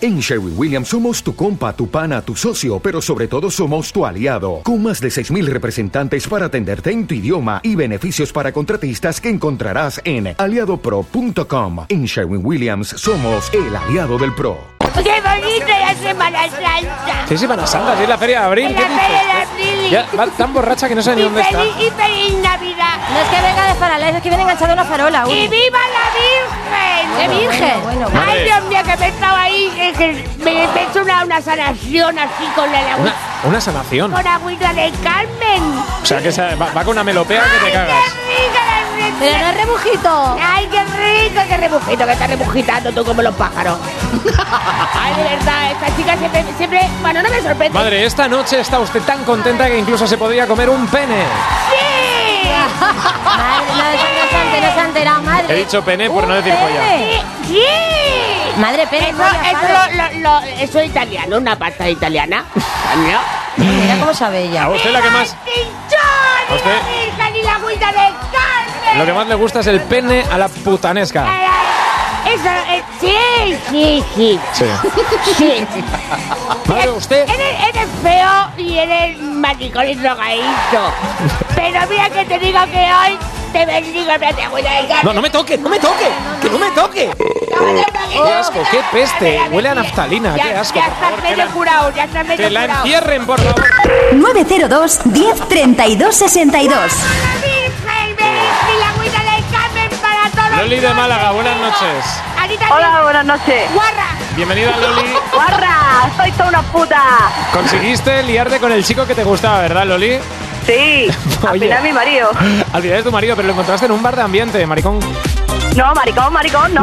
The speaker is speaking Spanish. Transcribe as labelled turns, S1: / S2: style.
S1: En Sherwin Williams somos tu compa, tu pana, tu socio, pero sobre todo somos tu aliado, con más de 6.000 representantes para atenderte en tu idioma y beneficios para contratistas que encontrarás en aliadopro.com. En Sherwin Williams somos el aliado del PRO.
S2: ¡Qué bonito la Semana Santa!
S3: ¿Qué Semana Santa? Si es la feria de abril.
S2: En
S3: ¿qué
S2: la
S3: dices?
S2: feria de abril.
S3: Ya, va tan borracha que no sabe ni
S2: Y
S3: dónde está. Ah,
S2: feliz, y feliz Navidad.
S4: No es que venga de faralés, es que viene enganchado a una farola.
S2: ¡Y
S4: Uri.
S2: viva la Virgen!
S4: Bueno,
S2: Virgen!
S4: bueno, bueno,
S2: ¡Ay, Dios mío, que me estaba ahí! es que me me hizo una, una sanación así con la, la-
S3: Una, una sanación.
S2: con agüita de Carmen.
S3: O sea, que esa- va, va con una melopea que te
S2: ¡Ay,
S3: cagas.
S2: qué rica la Virgen!
S4: Pero no es rebujito.
S2: ¡Ay, qué rico! ¡Qué rebujito que está rebujitando tú como los pájaros! ¡Ay, de verdad! Esta chica siempre, siempre- Bueno, no me sorprende.
S3: Madre, esta noche está usted tan contenta que incluso se podría comer un pene.
S2: ¡Sí!
S4: Madre, no, esa no se ha enter- no se ha enterado, madre.
S3: He dicho pene por
S4: Un
S3: no decir
S4: pene.
S2: ¡Sí! ¡Sí!
S4: Madre, pene,
S2: Eso,
S4: polla,
S2: eso,
S4: palo.
S2: lo- lo- lo- eso es italiano, una pasta italiana. ¿No?
S4: Mira cómo sabe
S3: A
S4: ella.
S3: usted la que más,
S2: ¡Pinchón!
S3: Usted-
S2: ¡Y la virgen y la agüita de carne!
S3: lo que más le gusta es el pene a la putanesca.
S2: Ay, ay, Eso, eh, sí, sí, sí.
S3: Sí.
S2: sí.
S3: Madre, usted.
S2: Eres, eres feo y eres maricón y drogadicto. Pero mira que te digo que hoy te bendigo la te agüita de carne.
S3: No, no me toque, no me toque, que no me toque.
S2: ¡Qué
S3: asco, qué peste, huele a naftalina, qué asco,
S2: Ya
S3: por
S2: estás
S3: favor, que
S2: medio
S3: la-
S2: curado, ya estás medio
S3: Que la
S2: curado.
S3: entierren, por favor.
S5: 902 10 32 62.
S2: ¡La Virgen, ven, y la agüita del Carmen para todos
S3: Loli de
S2: los
S3: Málaga, buenas
S2: testigos.
S3: noches.
S2: Anita,
S6: Hola, buenas noches.
S2: guarra.
S3: Bienvenida, Loli.
S6: ¡Guarra! ¡Soy toda una puta!
S3: Conseguiste liarte con el chico que te gustaba, ¿verdad, Loli?
S6: Sí, al
S3: Oye.
S6: final mi marido.
S3: Al final es tu marido, pero lo encontraste en un bar de ambiente, maricón.
S6: No, maricón, maricón, no.